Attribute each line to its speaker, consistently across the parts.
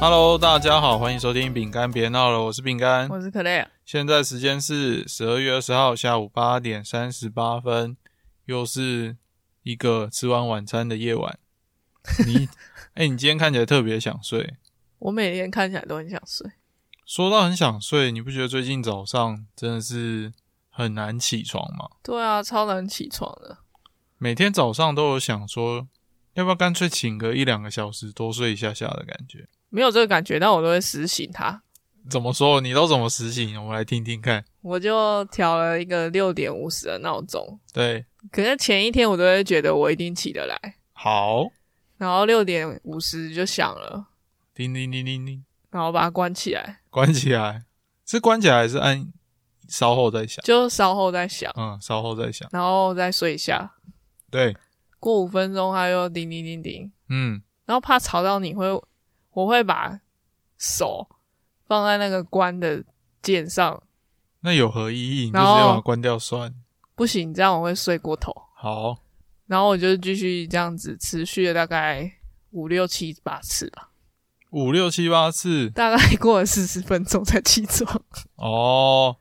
Speaker 1: Hello，大家好，欢迎收听《饼干别闹了》，我是饼干。
Speaker 2: 我是可乐，
Speaker 1: 现在时间是十二月二十号下午八点三十八分，又是一个吃完晚餐的夜晚。你，哎、你今天看起来特别想睡。
Speaker 2: 我每天看起来都很想睡。
Speaker 1: 说到很想睡，你不觉得最近早上真的是很难起床吗？
Speaker 2: 对啊，超难起床的。
Speaker 1: 每天早上都有想说，要不要干脆请个一两个小时多睡一下下的感觉。
Speaker 2: 没有这个感觉，但我都会实行它。
Speaker 1: 怎么说？你都怎么实行？我们来听听看。
Speaker 2: 我就调了一个六点五十的闹钟，
Speaker 1: 对，
Speaker 2: 可是前一天我都会觉得我一定起得来，
Speaker 1: 好，
Speaker 2: 然后六点五十就响了，
Speaker 1: 叮叮叮叮叮，
Speaker 2: 然后把它关起来，
Speaker 1: 关起来。是关起来还是按稍后再响？
Speaker 2: 就稍后再响，
Speaker 1: 嗯，稍后再响。
Speaker 2: 然后再睡一下。
Speaker 1: 对，
Speaker 2: 过五分钟它又叮叮叮叮，
Speaker 1: 嗯，
Speaker 2: 然后怕吵到你会，我会把手放在那个关的键上，
Speaker 1: 那有何意义？你就直接
Speaker 2: 然后
Speaker 1: 把它关掉算。
Speaker 2: 不行，这样我会睡过头。
Speaker 1: 好，
Speaker 2: 然后我就继续这样子，持续了大概五六七八次吧，
Speaker 1: 五六七八次
Speaker 2: 大概 过了四十分钟才起床。
Speaker 1: 哦。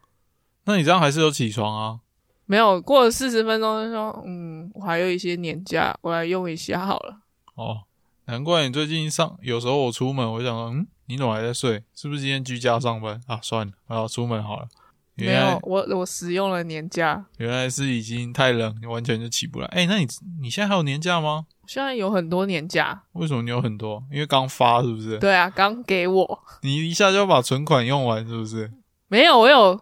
Speaker 1: 那你这样还是有起床啊？
Speaker 2: 没有过了四十分钟，就说嗯，我还有一些年假，我来用一下好了。
Speaker 1: 哦，难怪你最近上，有时候我出门，我就想说，嗯，你怎么还在睡？是不是今天居家上班啊？算了，我要出门好了。
Speaker 2: 没
Speaker 1: 原
Speaker 2: 有
Speaker 1: 来，
Speaker 2: 我我使用了年假，
Speaker 1: 原来是已经太冷，完全就起不来。哎、那你你现在还有年假吗？
Speaker 2: 现在有很多年假。
Speaker 1: 为什么你有很多？因为刚发是不是？
Speaker 2: 对啊，刚给我
Speaker 1: 你一下就要把存款用完是不是？
Speaker 2: 没有，我有。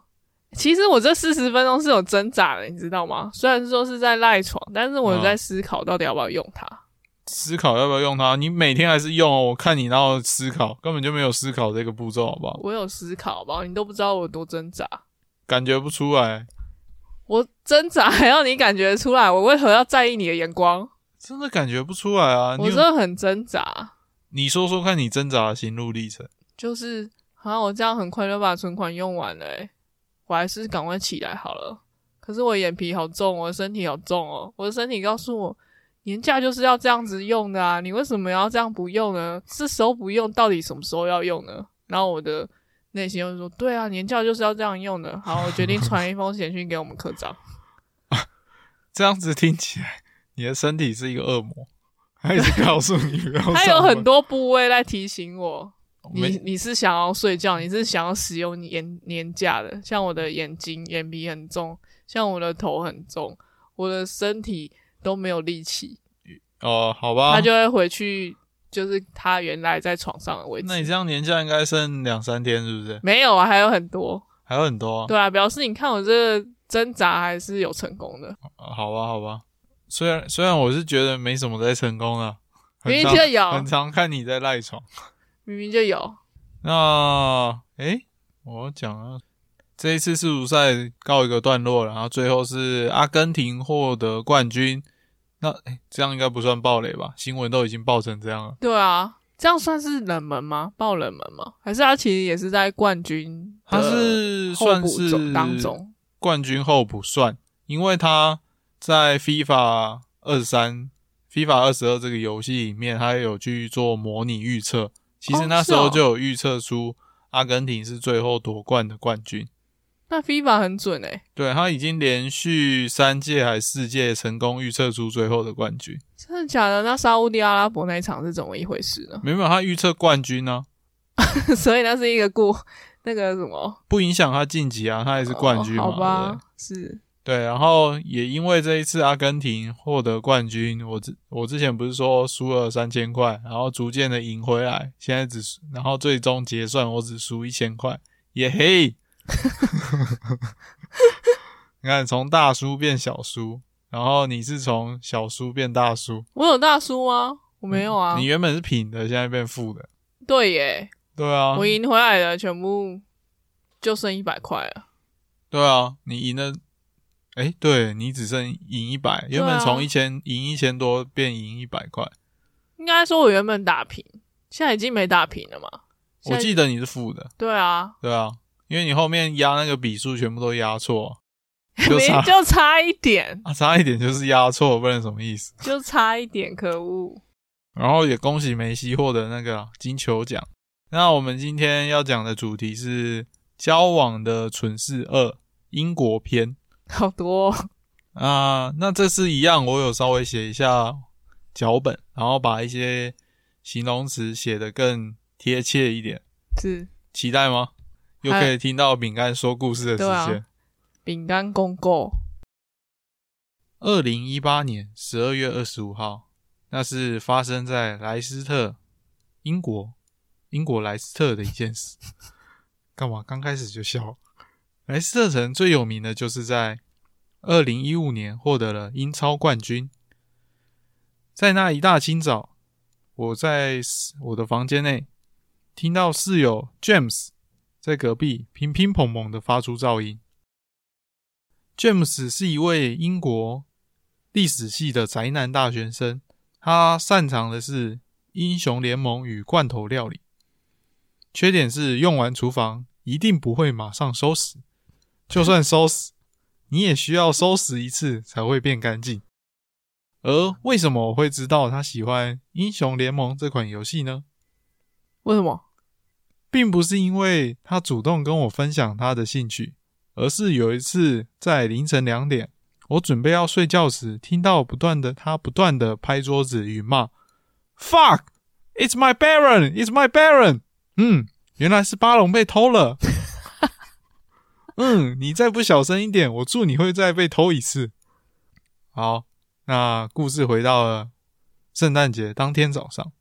Speaker 2: 其实我这四十分钟是有挣扎的，你知道吗？虽然说是在赖床，但是
Speaker 1: 嗯
Speaker 2: 我有在思考到底要不要用它。
Speaker 1: 思考要不要用它？你每天还是用哦。我看你然后思考，根本就没有思考这个步骤，好不好？
Speaker 2: 我有思考吧，你都不知道我有多挣扎。
Speaker 1: 感觉不出来，
Speaker 2: 我挣扎还要你感觉出来，我为何要在意你的眼光？
Speaker 1: 真的感觉不出来啊！你
Speaker 2: 我
Speaker 1: 有
Speaker 2: 真的很挣扎，
Speaker 1: 你说说看你挣扎的心路历程。
Speaker 2: 就是啊，我这样很快就把存款用完了、欸，我还是赶快起来好了。可是我眼皮好重，我的身体好重哦，我的身体告诉我，年假就是要这样子用的啊，你为什么要这样不用呢？这时候不用，到底什么时候要用呢？然后我的内心就说，对啊，年假就是要这样用的。好，我决定传一封简讯给我们科 长。
Speaker 1: 这样子听起来，你的身体是一个恶魔，他一直告诉你 不要上班。
Speaker 2: 他有很多部位在提醒我，你
Speaker 1: 没
Speaker 2: 你是想要睡觉，你是想要使用眼年假的，像我的眼睛、眼皮很重，像我的头很重，我的身体都没有力气，
Speaker 1: 哦，好吧
Speaker 2: 他，就会回去，就是他原来在床上的位
Speaker 1: 那
Speaker 2: 置。
Speaker 1: 你这样年假应该剩两三天，是不是？
Speaker 2: 没有啊，还有很多。
Speaker 1: 还有很多啊。
Speaker 2: 对啊，表示你看我这个挣扎还是有成功的，
Speaker 1: 啊好吧，好吧。虽然虽然我是觉得没什么在成功了，很
Speaker 2: 明明
Speaker 1: 常
Speaker 2: 就有
Speaker 1: 很常看你在赖床。
Speaker 2: 明明就有。
Speaker 1: 那诶，我讲啊，这一次世足赛告一个段落了，然后最后是阿根廷获得冠军。那诶，这样应该不算暴雷吧？新闻都已经报成这样了。
Speaker 2: 对啊，这样算是冷门吗？爆冷门吗？还是他其实也是在冠军的
Speaker 1: 他是
Speaker 2: 候
Speaker 1: 算
Speaker 2: 补
Speaker 1: 是
Speaker 2: 中当中？
Speaker 1: 冠军后不算，因为他在 FIFA 二三、FIFA 二十二这个游戏里面，他有去做模拟预测。其实
Speaker 2: 哦
Speaker 1: 那
Speaker 2: 是
Speaker 1: 时候
Speaker 2: 哦
Speaker 1: 就有预测出阿根廷是最后夺冠的冠军。
Speaker 2: 那 FIFA 很准欸诶、
Speaker 1: 对他已经连续三届还四届成功预测出最后的冠军，
Speaker 2: 真的假的？那沙乌地阿拉伯那一场是怎么一回事呢？
Speaker 1: 没有他预测冠军呢、
Speaker 2: 所以那是一个故那个什么
Speaker 1: 不影响他晋级啊，他还是冠军嘛，
Speaker 2: 哦好
Speaker 1: 对不
Speaker 2: 吧
Speaker 1: 对？，
Speaker 2: 是
Speaker 1: 对，然后也因为这一次阿根廷获得冠军，我之我之前不是说输了三千块，然后逐渐的赢回来，现在只输然后最终结算我只输一千块，耶嘿！ 你看从大输变小输，然后你是从小输变大输，
Speaker 2: 我有大叔吗？我没有啊
Speaker 1: 嗯你。原本是平的，现在变负的，
Speaker 2: 对耶，
Speaker 1: 对啊，
Speaker 2: 我赢回来的全部就剩一百块了。
Speaker 1: 对啊，你赢了，哎、对你只剩赢一百，原本
Speaker 2: 对啊
Speaker 1: 从一千赢一千多变赢一百块，
Speaker 2: 应该说我原本打平，现在已经没打平了嘛。现
Speaker 1: 我
Speaker 2: 在
Speaker 1: 记得你是负的，
Speaker 2: 对啊，
Speaker 1: 对啊，因为你后面压那个笔数全部都压 错，就
Speaker 2: 明
Speaker 1: 差
Speaker 2: 明就差一点，
Speaker 1: 啊差一点就是压错，不然什么意思？
Speaker 2: 就差一点，可恶！
Speaker 1: 然后也恭喜梅西获得那个啊金球奖，那我们今天要讲的主题是《交往的蠢事二》英国篇
Speaker 2: 好多、哦。
Speaker 1: 啊、那这次一样，我有稍微写一下脚本，然后把一些形容词写得更贴切一点。
Speaker 2: 是
Speaker 1: 期待吗？又可以听到饼干说故事的
Speaker 2: 对
Speaker 1: 时间
Speaker 2: 啊。饼干公购，
Speaker 1: 二零一八年十二月二十五号，那是发生在莱斯特，英国，英国莱斯特的一件事。干嘛？刚开始就笑。莱斯特城最有名的就是在二零一五年获得了英超冠军。在那一大清早，我在我的房间内听到室友 James 在隔壁乒乒乓乓的发出噪音。James 是一位英国历史系的宅男大学生，他擅长的是英雄联盟与罐头料理。缺点是用完厨房一定不会马上收拾，就算收拾，你也需要收拾一次才会变干净。而为什么我会知道他喜欢《英雄联盟》这款游戏呢？
Speaker 2: 为什么？
Speaker 1: 并不是因为他主动跟我分享他的兴趣，而是有一次在凌晨两点，我准备要睡觉时，听到不断的他不断的拍桌子与骂：“fuck it's my baron it's my baron”。嗯，原来是巴龙被偷了。 嗯，你再不小声一点，我祝你会再被偷一次。好，那故事回到了圣诞节当天早上。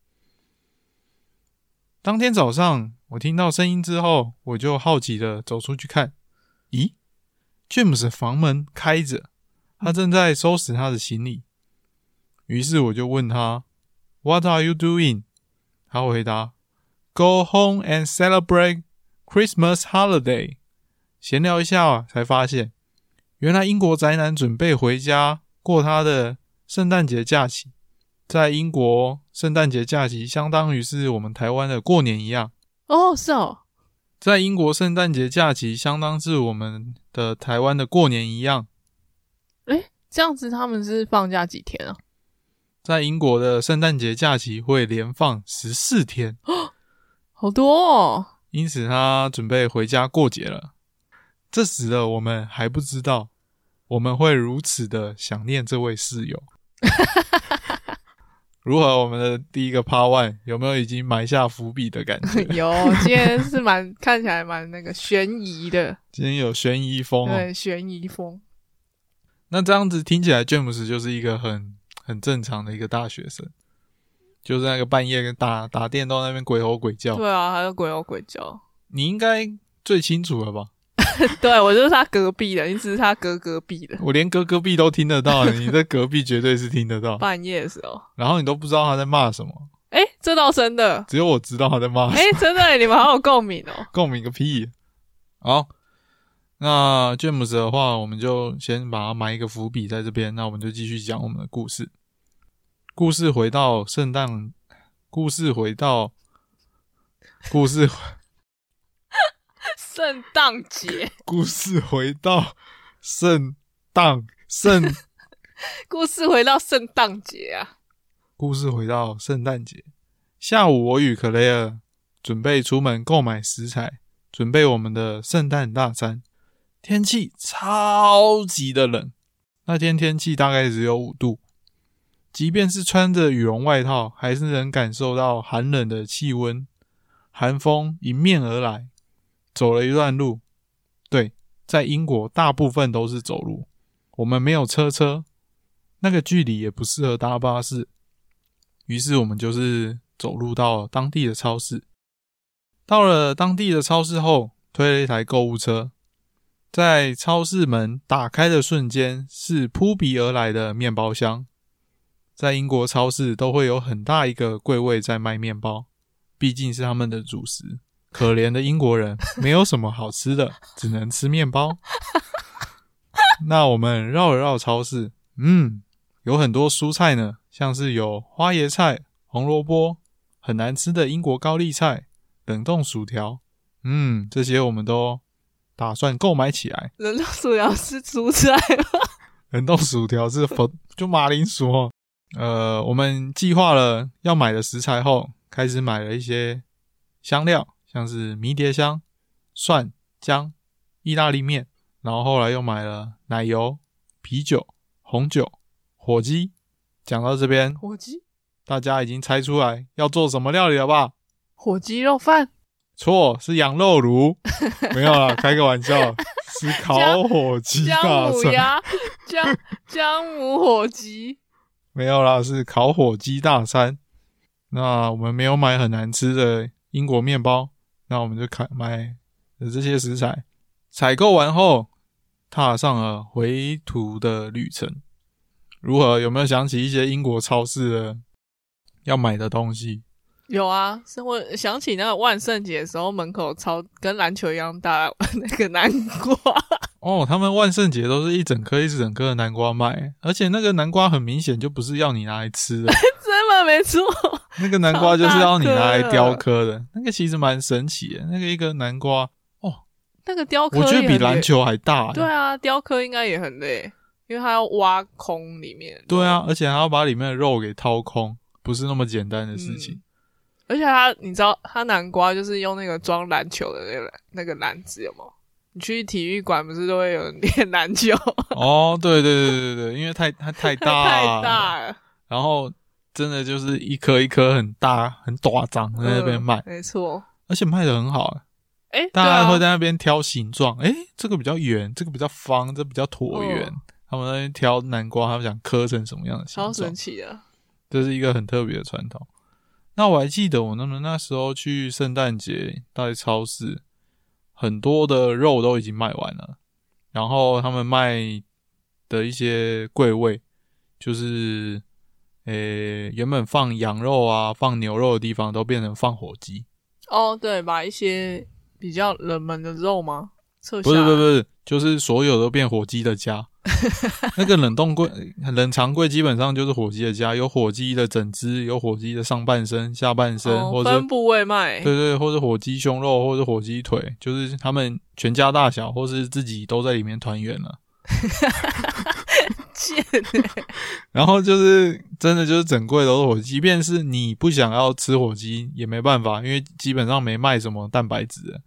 Speaker 1: 当天早上，我听到声音之后，我就好奇的走出去看。咦，James 的房门开着，他正在收拾他的行李。于是我就问他：“What are you doing？” 他回答：“Go home and celebrate Christmas holiday。”闲聊一下，才发现原来英国宅男准备回家过他的圣诞节假期。在英国，圣诞节假期相当于是我们台湾的过年一样。
Speaker 2: 哦，是哦，
Speaker 1: 在英国，圣诞节假期相当是我们的台湾的过年一样。
Speaker 2: 这样子他们是放假几天啊？
Speaker 1: 在英国的圣诞节假期会连放十四天，
Speaker 2: 好多哦，
Speaker 1: 因此他准备回家过节了。这时的我们还不知道，我们会如此的想念这位室友。如何？我们的第一个 Part One 有没有已经埋下伏笔的感 觉？
Speaker 2: 有，今天是蛮看起来蛮那个悬疑的，
Speaker 1: 今天有悬疑风哦。
Speaker 2: 对，悬疑风。
Speaker 1: 那这样子听起来，詹姆斯就是一个很很正常的一个大学生，就是那个半夜跟打打电动那边鬼吼鬼叫，
Speaker 2: 对啊，还有鬼吼鬼叫。
Speaker 1: 你应该最清楚了吧？
Speaker 2: 对，我就是他隔壁的，你只是他隔隔壁的。
Speaker 1: 我连隔隔壁都听得到，你在隔壁绝对是听得 到，
Speaker 2: 半夜的时候，
Speaker 1: 然后你都不知道他在骂什么，
Speaker 2: 哎、这倒 真的，
Speaker 1: 只有我知道他在 骂什么，
Speaker 2: 哎、真的耶，你们好有共鸣哦。
Speaker 1: 共鸣个屁！好，那詹姆斯的话，我们就先把它埋一个伏笔在这边，那我们就继续讲我们的故事。故事回到圣诞，故事回到故事
Speaker 2: 圣诞节
Speaker 1: 故事回到圣诞圣
Speaker 2: 故事回到圣诞节啊，
Speaker 1: 故事回到圣诞节下午，我与克雷尔准备出门购买食材，准备我们的圣诞大餐。天气超级的冷，那天天气大概只有五度，即便是穿着羽绒外套，还是能感受到寒冷的气温。寒风迎面而来，走了一段路。对，在英国大部分都是走路，我们没有车车，那个距离也不适合搭巴士，于是我们就是走路到当地的超市。到了当地的超市后，推了一台购物车，在超市门打开的瞬间，是扑鼻而来的面包香。在英国超市都会有很大一个柜位在卖面包，毕竟是他们的主食。可怜的英国人，没有什么好吃的，只能吃面包。 那我们绕了绕超市，嗯，有很多蔬菜呢，像是有花椰菜、红萝卜，很难吃的英国高丽菜、冷冻薯条，嗯，这些我们都打算购买起来。
Speaker 2: 人肉薯条是蔬菜吗？
Speaker 1: 冷冻薯条是否就马铃薯哦？呃，我们计划了要买的食材后，开始买了一些香料，像是迷迭香、蒜、姜、意大利面，然后后来又买了奶油、啤酒、红酒、火鸡。讲到这边，
Speaker 2: 火鸡
Speaker 1: 大家已经猜出来要做什么料理了吧？
Speaker 2: 火鸡肉饭，
Speaker 1: 错，是羊肉 炉，没有啦，开个玩笑，是烤火鸡
Speaker 2: 姜
Speaker 1: 大
Speaker 2: 母
Speaker 1: 餐，
Speaker 2: 鸭，姜姜母火鸡，
Speaker 1: 没有啦，是烤火鸡大餐。那我们没有买很难吃的英国面包，那我们就开买了这些食材。采购完后，踏上了回途的旅程。如何？有没有想起一些英国超市的要买的东西？
Speaker 2: 有啊，是我想起那个万圣节的时候，门口超跟篮球一样大那个南瓜，
Speaker 1: 哦，他们万圣节都是一整颗一整颗的南瓜卖，而且那个南瓜很明显就不是要你拿来吃 的，
Speaker 2: 真的没错，
Speaker 1: 那个南瓜就是要你拿来
Speaker 2: 超大颗
Speaker 1: 雕刻的。那个其实蛮神奇的，那个一个南瓜，
Speaker 2: 那个雕刻
Speaker 1: 我觉得
Speaker 2: 也
Speaker 1: 比
Speaker 2: 很
Speaker 1: 篮
Speaker 2: 累
Speaker 1: 球还大欸耶。
Speaker 2: 对啊，雕刻应该也很累，因为它要挖空里面，
Speaker 1: 对啊，而且还要把里面的肉给掏空，不是那么简单的事情。
Speaker 2: 而且它，你知道，它南瓜就是用那个装篮球的那个那个篮子，有没有？你去体育馆不是都会有人练篮球？
Speaker 1: 哦，对对对对对，因为太它太大，啊
Speaker 2: 嗯 太大了，
Speaker 1: 然后真的就是一颗一颗很大很大张在那边
Speaker 2: 嗯
Speaker 1: 卖，
Speaker 2: 没错。
Speaker 1: 而且卖的很好耶。欸
Speaker 2: 哎、
Speaker 1: 大家会
Speaker 2: 对
Speaker 1: 在那边挑形状，诶，这个比较圆，这个比较方，这比较椭圆。
Speaker 2: 嗯
Speaker 1: 他们在那边挑南瓜，他们想刻成什么样的
Speaker 2: 啊、超
Speaker 1: 形
Speaker 2: 神
Speaker 1: 状，
Speaker 2: 奇的。
Speaker 1: 这是一个很特别的传统。那我还记得我那么那时候去圣诞节到超市，很多的肉都已经卖完了，然后他们卖的一些柜位，就是诶、原本放羊肉啊、放牛肉的地方都变成放火鸡，
Speaker 2: 哦，对，把一些比较冷门的肉吗？撤下
Speaker 1: 不
Speaker 2: 来
Speaker 1: 是不是不是，就是所有都变火鸡的家。那个冷冻柜、冷藏柜基本上就是火鸡的家，有火鸡的整只，有火鸡的上半身、下半身，
Speaker 2: 哦
Speaker 1: 或者
Speaker 2: 分
Speaker 1: 是
Speaker 2: 部位卖。
Speaker 1: 对对，或者火鸡胸肉，或者火鸡腿，就是他们全家大小，或是自己都在里面团圆了。
Speaker 2: 贱欸
Speaker 1: 然后就是真的就是整柜都是火鸡，即便是你不想要吃火鸡也没办法，因为基本上没卖什么蛋白质，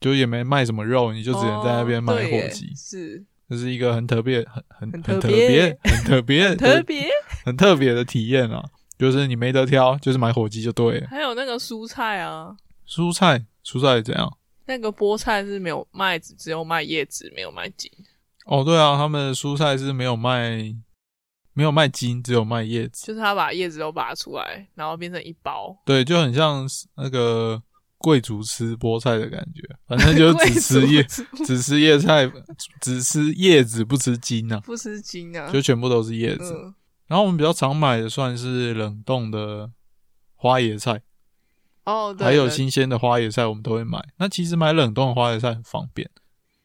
Speaker 1: 就也没卖什么肉，你就只能在那边买
Speaker 2: 哦对耶
Speaker 1: 火鸡。
Speaker 2: 是
Speaker 1: 这是一个很特别、很很很
Speaker 2: 很特
Speaker 1: 特
Speaker 2: 别
Speaker 1: 别、很特别、
Speaker 2: 很特、别。
Speaker 1: 很特别的体验啊！就是你没得挑，就是买火鸡就对了。
Speaker 2: 还有那个蔬菜啊，
Speaker 1: 蔬菜，蔬菜怎样？
Speaker 2: 那个菠菜是没有卖，只有卖叶子，没有卖茎。
Speaker 1: 哦，对啊，他们的蔬菜是没有卖，没有卖茎，只有卖叶子。
Speaker 2: 就是他把叶子都拔出来，然后变成一包。
Speaker 1: 对，就很像是那个贵族吃菠菜的感觉，反正 就是只吃叶，
Speaker 2: 叶，
Speaker 1: 只吃叶菜，只吃叶子不吃茎啊，
Speaker 2: 不吃茎啊。
Speaker 1: 就全部都是叶子。
Speaker 2: 嗯，
Speaker 1: 然后我们比较常买的算是冷冻的花椰菜。
Speaker 2: 哦，对，
Speaker 1: 还有
Speaker 2: 对
Speaker 1: 新鲜的花椰菜，我们都会买。那其实买冷冻的花椰菜很方便，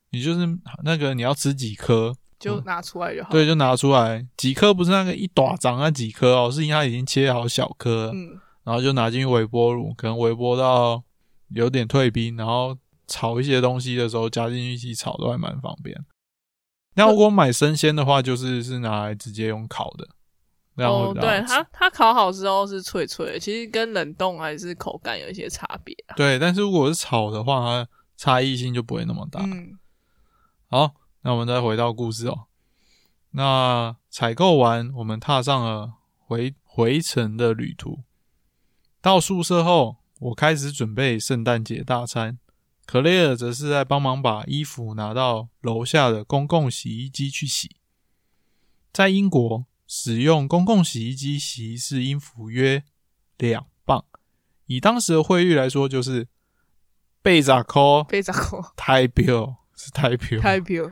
Speaker 1: 你就是那个你要吃几颗，
Speaker 2: 就拿出来就
Speaker 1: 嗯
Speaker 2: 好。
Speaker 1: 对，就拿出来几颗，不是那个一打长那几颗哦，是因为它已经切好小颗了，
Speaker 2: 嗯，
Speaker 1: 然后就拿进去微波炉，可能微波到有点退冰，然后炒一些东西的时候加进去一起炒，都还蛮方便。那如果买生鲜的话，就是是拿来直接用烤的，那样
Speaker 2: 哦
Speaker 1: 会，比较好
Speaker 2: 对，
Speaker 1: 吃
Speaker 2: 它它烤好之后是脆脆的，其实跟冷冻还是口感有一些差别啊。
Speaker 1: 对。但是如果是炒的话，它差异性就不会那么大。
Speaker 2: 嗯，
Speaker 1: 好，那我们再回到故事哦。那采购完，我们踏上了回回程的旅途。到宿舍后，我开始准备圣诞节大餐。克雷尔则是在帮忙把衣服拿到楼下的公共洗衣机去洗。在英国，使用公共洗衣机洗一次衣服约两磅，以当时的汇率来说，就是贝扎扣
Speaker 2: 非常好，
Speaker 1: 台票是台票，
Speaker 2: 开标。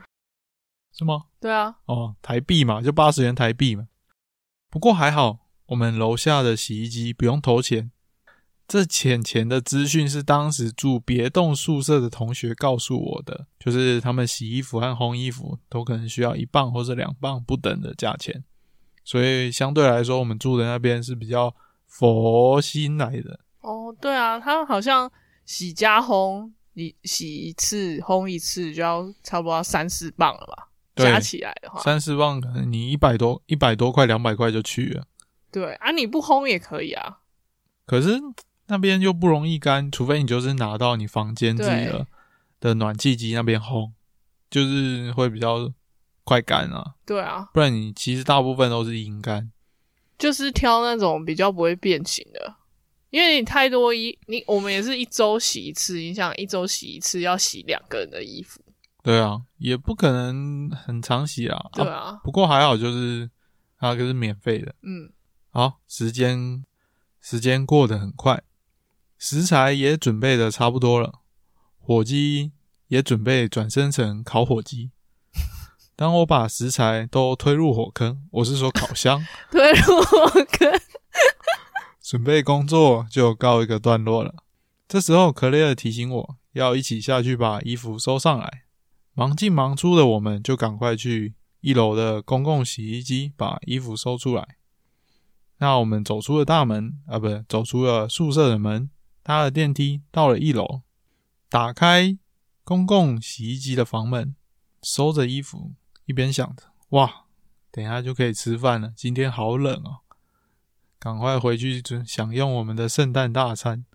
Speaker 1: 是吗？
Speaker 2: 对啊，
Speaker 1: 哦，台币嘛，就八十元台币嘛。不过还好，我们楼下的洗衣机不用投钱。这浅浅的资讯是当时住别栋宿舍的同学告诉我的，就是他们洗衣服和烘衣服都可能需要一磅或者两磅不等的价钱，所以相对来说，我们住的那边是比较佛心来的。
Speaker 2: 哦，对啊，它好像洗加烘，你洗一次烘一次就要差不多要三四磅了吧？
Speaker 1: 对
Speaker 2: 加起来的话，
Speaker 1: 三十磅可能你一百多一百多块两百块就去了，
Speaker 2: 对啊，你不烘也可以啊。
Speaker 1: 可是那边又不容易干，除非你就是拿到你房间自己
Speaker 2: 对
Speaker 1: 的的暖气机那边烘，就是会比较快干啊。
Speaker 2: 对啊，
Speaker 1: 不然你其实大部分都是阴干。
Speaker 2: 就是挑那种比较不会变形的，因为你太多衣，你我们也是一周洗一次，你想一周洗一次要洗两个人的衣服，
Speaker 1: 对啊，也不可能很常洗啊。
Speaker 2: 对
Speaker 1: 啊
Speaker 2: 啊，
Speaker 1: 不过还好，就是它可是免费的。
Speaker 2: 嗯，
Speaker 1: 好，时间时间过得很快，食材也准备的差不多了，火鸡也准备转身成烤火鸡。当我把食材都推入火坑，我是说烤箱，
Speaker 2: 推入我跟
Speaker 1: 准备工作就告一个段落了。这时候，克雷尔提醒我要一起下去把衣服收上来。忙进忙出的我们就赶快去一楼的公共洗衣机把衣服收出来。那我们走出了大门啊，不是走出了宿舍的门，搭了电梯到了一楼，打开公共洗衣机的房门，收着衣服，一边想着：哇，等一下就可以吃饭了，今天好冷哦。赶快回去准享用我们的圣诞大餐。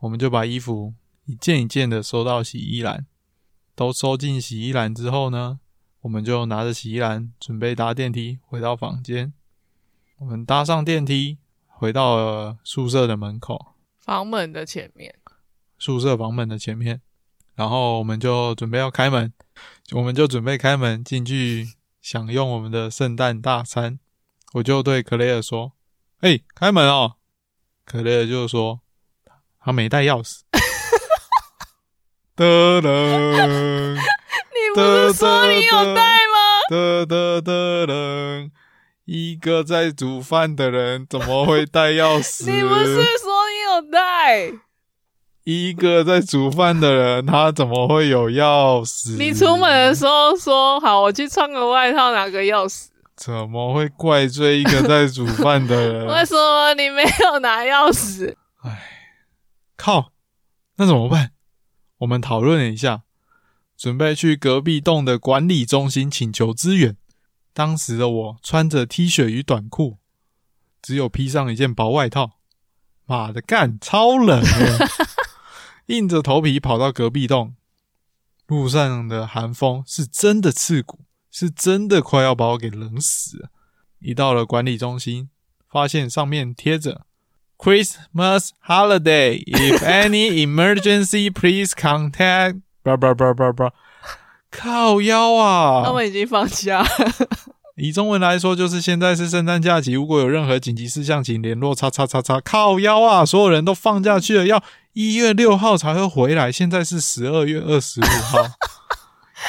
Speaker 1: 我们就把衣服一件一件的收到洗衣篮，都收进洗衣篮之后呢，我们就拿着洗衣篮准备搭电梯回到房间。我们搭上电梯，回到了宿舍的门口，
Speaker 2: 房门的前面，
Speaker 1: 宿舍房门的前面，然后我们就准备要开门，我们就准备开门进去享用我们的圣诞大餐。我就对克雷尔说：“哎、开门哦！”克雷尔就说：“他没带钥匙。”噔噔
Speaker 2: 你不是说你有带吗？
Speaker 1: 噔噔噔噔，一个在煮饭的人怎么会带钥匙？
Speaker 2: 你不是说你有带？
Speaker 1: 一个在煮饭的人，他怎么会有钥匙？
Speaker 2: 你出门的时候说好，我去穿个外套，拿个钥匙。
Speaker 1: 怎么会怪罪一个在煮饭的
Speaker 2: 为
Speaker 1: 人？
Speaker 2: 什么你没有拿钥匙？
Speaker 1: 靠，那怎么办？我们讨论了一下，准备去隔壁栋的管理中心请求支援。当时的我穿着 T 恤与短裤，只有披上一件薄外套。妈的，干超冷的，硬着头皮跑到隔壁栋。路上的寒风是真的刺骨，是真的快要把我给冷死了。一到了管理中心，发现上面贴着 Christmas holiday. If any emergency, please contact. 叭叭叭叭叭，靠腰
Speaker 2: 他
Speaker 1: 啊！
Speaker 2: 们已经放假了，
Speaker 1: 以中文来说，就是现在是圣诞假期，如果有任何紧急事项，请联络叉叉叉叉。靠腰啊！所有人都放假去了，要一月六号才会回来，现在是十二月二十五 号。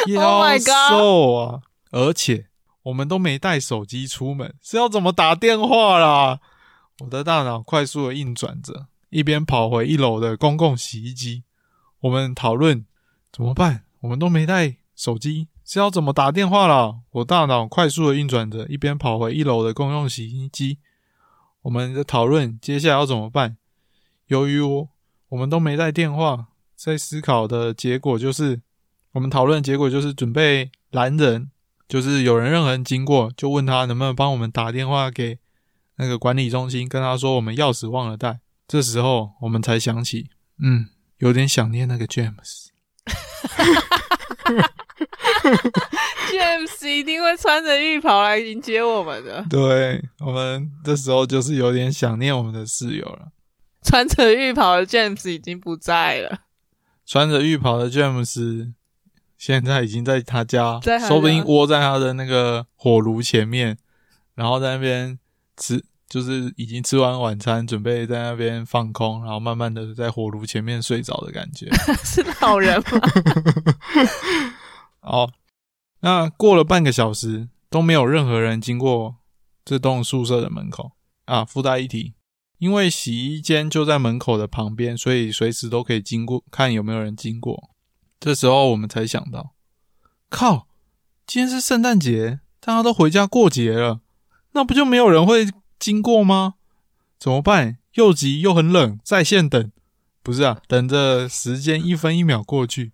Speaker 2: Oh
Speaker 1: 要
Speaker 2: my god
Speaker 1: 瘦啊！而且我们都没带手机出门，是要怎么打电话啦？我的大脑快速的运转着，一边跑回一楼的公共洗衣机。我们讨论怎么办？我们都没带手机，是要怎么打电话啦？我大脑快速的运转着，一边跑回一楼的公用洗衣机。我们在讨论接下来要怎么办。由于我我们都没带电话，在思考的结果就是，我们讨论的结果就是准备拦人，就是有人任何人经过，就问他能不能帮我们打电话给那个管理中心，跟他说我们钥匙忘了带。这时候我们才想起，嗯，有点想念那个 James。
Speaker 2: ，James 一定会穿着浴袍来迎接我们的。
Speaker 1: 对我们这时候就是有点想念我们的室友了。
Speaker 2: 穿着浴袍的 James 已经不在了，
Speaker 1: 穿着浴袍的 James 现在已经在他家，
Speaker 2: 在他家
Speaker 1: 说不定窝在他的那个火炉前面，然后在那边吃，就是已经吃完晚餐，准备在那边放空，然后慢慢的在火炉前面睡着的感觉。
Speaker 2: 是老人吗？
Speaker 1: 哦，那过了半个小时都没有任何人经过这栋宿舍的门口啊。附带一提，因为洗衣间就在门口的旁边，所以随时都可以经过，看有没有人经过。这时候我们才想到，靠，今天是圣诞节，大家都回家过节了，那不就没有人会经过吗？怎么办？又急又很冷，在线等，不是啊，等着时间一分一秒过去。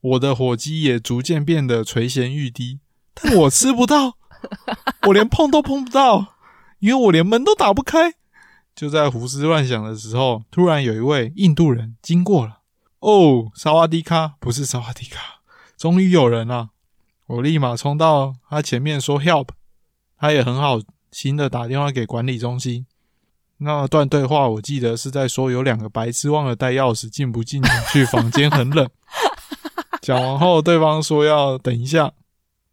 Speaker 1: 我的火鸡也逐渐变得垂涎欲滴，但我 吃不到，我连碰都碰不到，因为我连门都打不开。就在胡思乱想的时候，突然有一位印度人经过了。哦，萨瓦迪卡，不是萨瓦迪卡，终于有人了、我立马冲到他前面说 “help”，他也很好心的打电话给管理中心。那段对话我记得是在说有两个白痴忘了带钥匙，进不进去房间很冷。讲完后，对方说要等一下。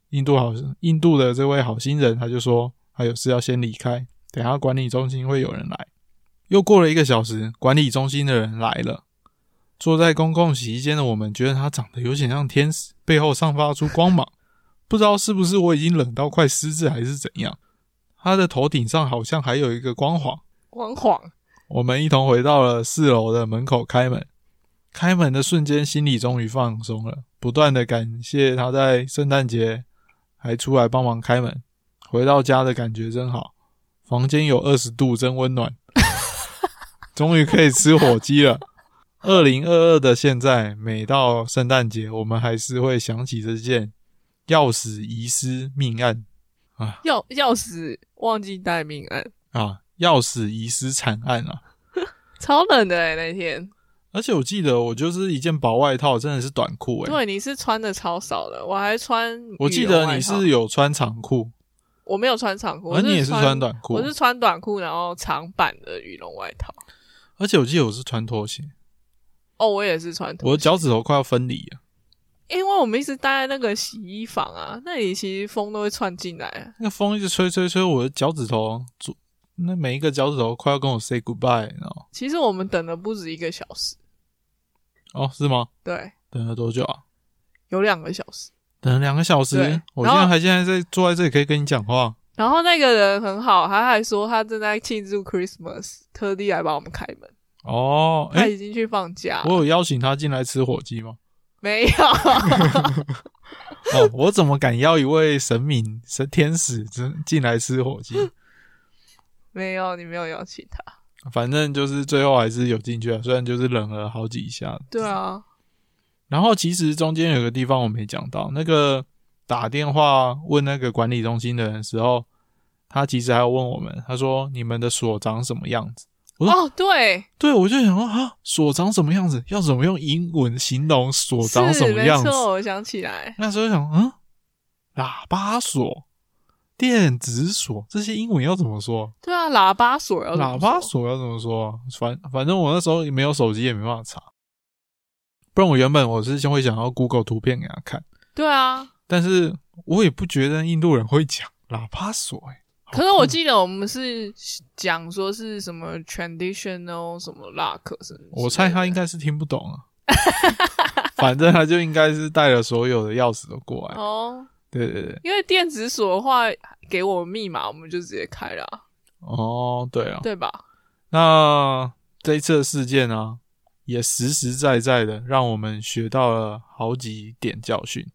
Speaker 1: 印度好，印度的这位好心人他就说他有事要先离开，等下管理中心会有人来。又过了一个小时，管理中心的人来了。坐在公共洗衣间的我们觉得他长得有点像天使，背后散发出光芒。不知道是不是我已经冷到快失智还是怎样，他的头顶上好像还有一个光环。
Speaker 2: 光晃，
Speaker 1: 我们一同回到了四楼的门口开门。开门的瞬间，心里终于放松了，不断的感谢他在圣诞节还出来帮忙开门。回到家的感觉真好，房间有二十度，真温暖。终于可以吃火鸡了。二零二二的现在，每到圣诞节，我们还是会想起这件钥匙遗失命案
Speaker 2: 钥钥匙忘记带命案，
Speaker 1: 啊，钥匙遗失惨案啊。
Speaker 2: 超冷的欸那天。
Speaker 1: 而且我记得我就是一件薄外套，真的是短裤诶、
Speaker 2: 对，你是穿的超少的，我还穿。
Speaker 1: 我记得你是
Speaker 2: 有，
Speaker 1: 有穿长裤，
Speaker 2: 我没有穿长裤，我
Speaker 1: 而你也是
Speaker 2: 穿
Speaker 1: 穿短裤
Speaker 2: 我。是穿短裤，然后长版的羽绒外套。
Speaker 1: 而且我记得我是穿拖鞋，
Speaker 2: 哦，我也是穿拖
Speaker 1: 我的脚趾头快要分离啊了。
Speaker 2: 因为我们一直待在那个洗衣房啊，那里其实风都会窜进来啊。
Speaker 1: 那个风一直吹吹吹，我的脚趾头，左那每一个脚趾头快要跟我 say goodbye，然后
Speaker 2: 其实我们等了不止一个小时，
Speaker 1: 哦是吗？
Speaker 2: 对，
Speaker 1: 等了多久啊？
Speaker 2: 有两个小时。
Speaker 1: 等了两个小时
Speaker 2: 对，
Speaker 1: 我
Speaker 2: 然
Speaker 1: 现
Speaker 2: 后
Speaker 1: 在还现在在坐在这里可以跟你讲话。
Speaker 2: 然后那个人很好，他还说他正在庆祝 Christmas，特地来帮我们开门。
Speaker 1: 哦，
Speaker 2: 他
Speaker 1: 哎、
Speaker 2: 已经去放假，
Speaker 1: 我有邀请他进来吃火鸡吗？
Speaker 2: 没有，
Speaker 1: 哦，我怎么敢邀一位神明、神天使进进来吃火鸡？
Speaker 2: 没有，你没有邀请他。
Speaker 1: 反正就是最后还是有进去啊，虽然就是冷了好几下。
Speaker 2: 对啊，
Speaker 1: 然后其实中间有个地方我没讲到，那个打电话问那个管理中心的人的时候，他其实还有问我们，他说你们的锁长什么样子？不是
Speaker 2: 哦，对，
Speaker 1: 对，我就想说啊，锁长什么样子？要怎么用英文形容锁长
Speaker 2: 是
Speaker 1: 什么样
Speaker 2: 没
Speaker 1: 子？
Speaker 2: 错，我想起来，
Speaker 1: 那时候想，嗯，喇叭锁、电子锁这些英文要怎么说？
Speaker 2: 对啊，喇叭锁要怎么
Speaker 1: 喇叭
Speaker 2: 说
Speaker 1: 锁要怎么说啊？反反正我那时候也没有手机，也没办法查。不然我原本我是先会想要 Google 图片给他看，
Speaker 2: 对啊。
Speaker 1: 但是我也不觉得印度人会讲喇叭锁、欸。
Speaker 2: 可是我记得我们是讲说是什么 traditional 什么 lock 什么，
Speaker 1: 我猜他应该是听不懂 啊。反正他就应该是带了所有的钥匙都过来。
Speaker 2: 哦，
Speaker 1: 对对对，
Speaker 2: 因为电子锁的话，给我密码我们就直接开了啊，
Speaker 1: 哦，对啊。
Speaker 2: 对吧？
Speaker 1: 那这一次的事件呢、也实实在在的让我们学到了好几点教训。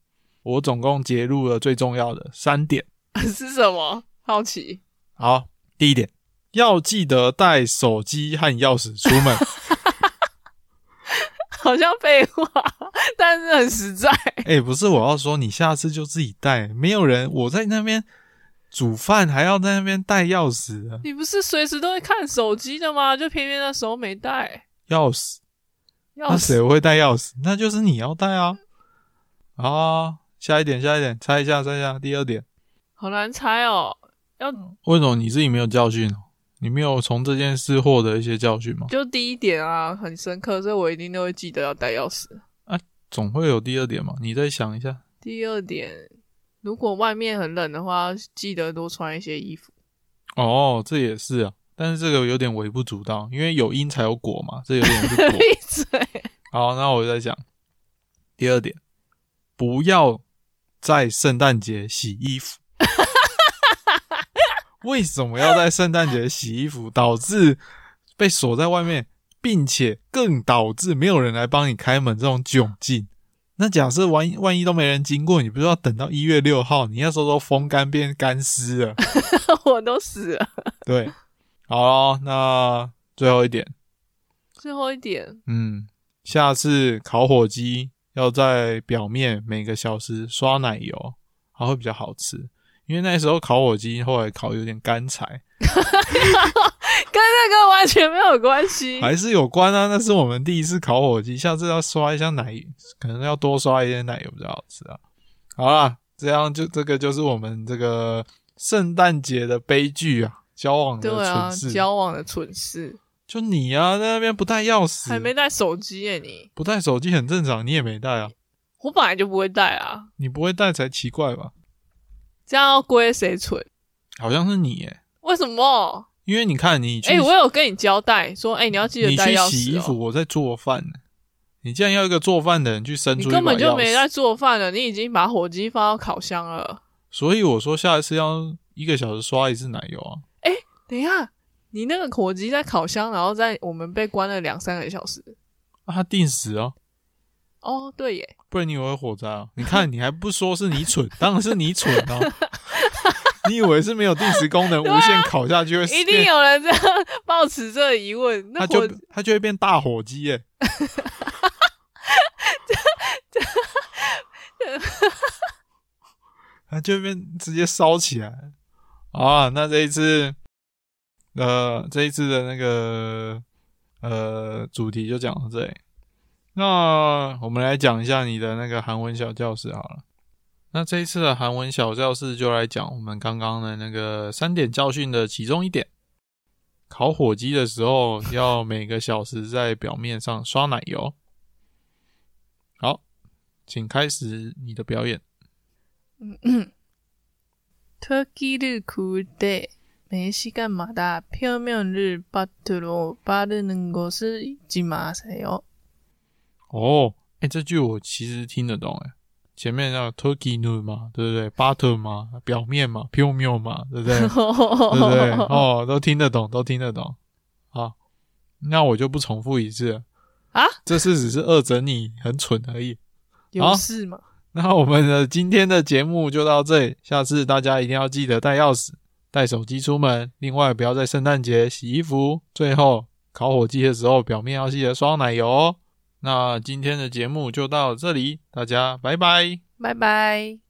Speaker 1: 我总共揭露了最重要的三点。
Speaker 2: 是什么？好奇，
Speaker 1: 好，第一点，要记得带手机和钥匙出 门。
Speaker 2: 好像废话， 但是很实 在。
Speaker 1: 哎、不是，我要说你下次就自己带，没有人我在那边煮饭还要在那边带钥匙的
Speaker 2: 你不是随时都会看手机的吗？就偏偏那时候没带
Speaker 1: 钥匙，那
Speaker 2: 钥匙
Speaker 1: 啊谁会带钥匙？那就是你要带啊。啊，下一点，下一点，猜一下，猜一下。第二点，
Speaker 2: 好难猜哦。
Speaker 1: 为什么你自己没有教训？哦你没有从这件事获得一些教训吗？
Speaker 2: 就第一点啊，很深刻，所以我一定都会记得要带钥匙。
Speaker 1: 总会有第二点嘛？你再想一下。
Speaker 2: 第二点，如果外面很冷的话，记得多穿一些衣服。
Speaker 1: 哦，这也是啊，但是这个有点微不足道，因为有因才有果嘛，这有点是 果。
Speaker 2: 闭嘴！
Speaker 1: 好，那我再讲第二点，不要在圣诞节洗衣服。为什么要在圣诞节洗衣服？导致被锁在外面，并且更导致没有人来帮你开门这种窘境。那假设万一万一都没人经过，你不是要等到一月六号？你那时候都风干变干湿了。
Speaker 2: 我都死了。
Speaker 1: 对，好咯，那最后一点，
Speaker 2: 最后一 点，
Speaker 1: 嗯，下次烤火鸡要在表面每个小时刷奶油，它会比较好吃。因为那时候烤火鸡后来烤有点干柴，
Speaker 2: 跟那个完全没有关系。
Speaker 1: 还是有关啊。那是我们第一次烤火鸡，下次要刷一下奶，可能要多刷一些奶油比较好吃啊。好啦，这样就这个就是我们这个圣诞节的悲剧啊，交往的
Speaker 2: 对啊
Speaker 1: 蠢，事。
Speaker 2: 交往的蠢事，
Speaker 1: 就你啊，在那边不带钥匙，
Speaker 2: 还没带手机耶你？
Speaker 1: 不带手机很正常，你也没带啊，
Speaker 2: 我本来就不会带啊，
Speaker 1: 你不会带才奇怪吧？
Speaker 2: 这样要归谁蠢？
Speaker 1: 好像是你耶、
Speaker 2: 为什么？
Speaker 1: 因为你看你去，
Speaker 2: 哎、我有跟你交代说，哎、你要记得
Speaker 1: 你
Speaker 2: 带
Speaker 1: 去
Speaker 2: 钥匙、哦。
Speaker 1: 洗衣服，我在做饭呢。你竟然要一个做饭的人去伸
Speaker 2: 你
Speaker 1: 出一把
Speaker 2: 根本就没
Speaker 1: 钥匙
Speaker 2: 在做饭了，你已经把火鸡放到烤箱了。
Speaker 1: 所以我说下一次要一个小时刷一次奶油啊。
Speaker 2: 等一下，你那个火鸡在烤箱，然后在我们被关了两三个小时。
Speaker 1: 啊，他定时啊，
Speaker 2: 哦，对耶，
Speaker 1: 不然你以为火灾啊？你看你还不说是你 蠢，当然是你蠢啊！ 你以为是没有定时功 能，无限烤下去会
Speaker 2: 啊一定
Speaker 1: 变，
Speaker 2: 有人这样抱持这个疑问。那
Speaker 1: 它
Speaker 2: 火
Speaker 1: 就它就会变大火鸡耶、 它就会变直接烧起来啊！那这一次，呃，这一次的那个呃主题就讲到这里。那我们来讲一下你的那个韩文小教室好了。那这一次的韩文小教室就来讲我们刚刚的那个三点教训的其中一点：烤火鸡的时候要每个小时在表面上刷奶油。好，请开始你的表演。
Speaker 2: 터키를구울때매시간마다표면을바트로바르는것을잊지마세요。
Speaker 1: 哦，哎、这句我其实听得懂哎。前面那个 turkey noon 嘛，对不对？butter 嘛，表面嘛 p u m e 嘛，对不对？对不对？哦，都听得懂，都听得懂。好，那我就不重复一次了
Speaker 2: 啊，
Speaker 1: 这次只是恶整你很蠢而已。
Speaker 2: 有事吗？
Speaker 1: 那我们的今天的节目就到这里，下次大家一定要记得带钥匙、带手机出门，另外不要在圣诞节洗衣服，最后烤火鸡的时候表面要记得刷奶油哦。那今天的节目就到这里，大家拜拜。
Speaker 2: 拜拜。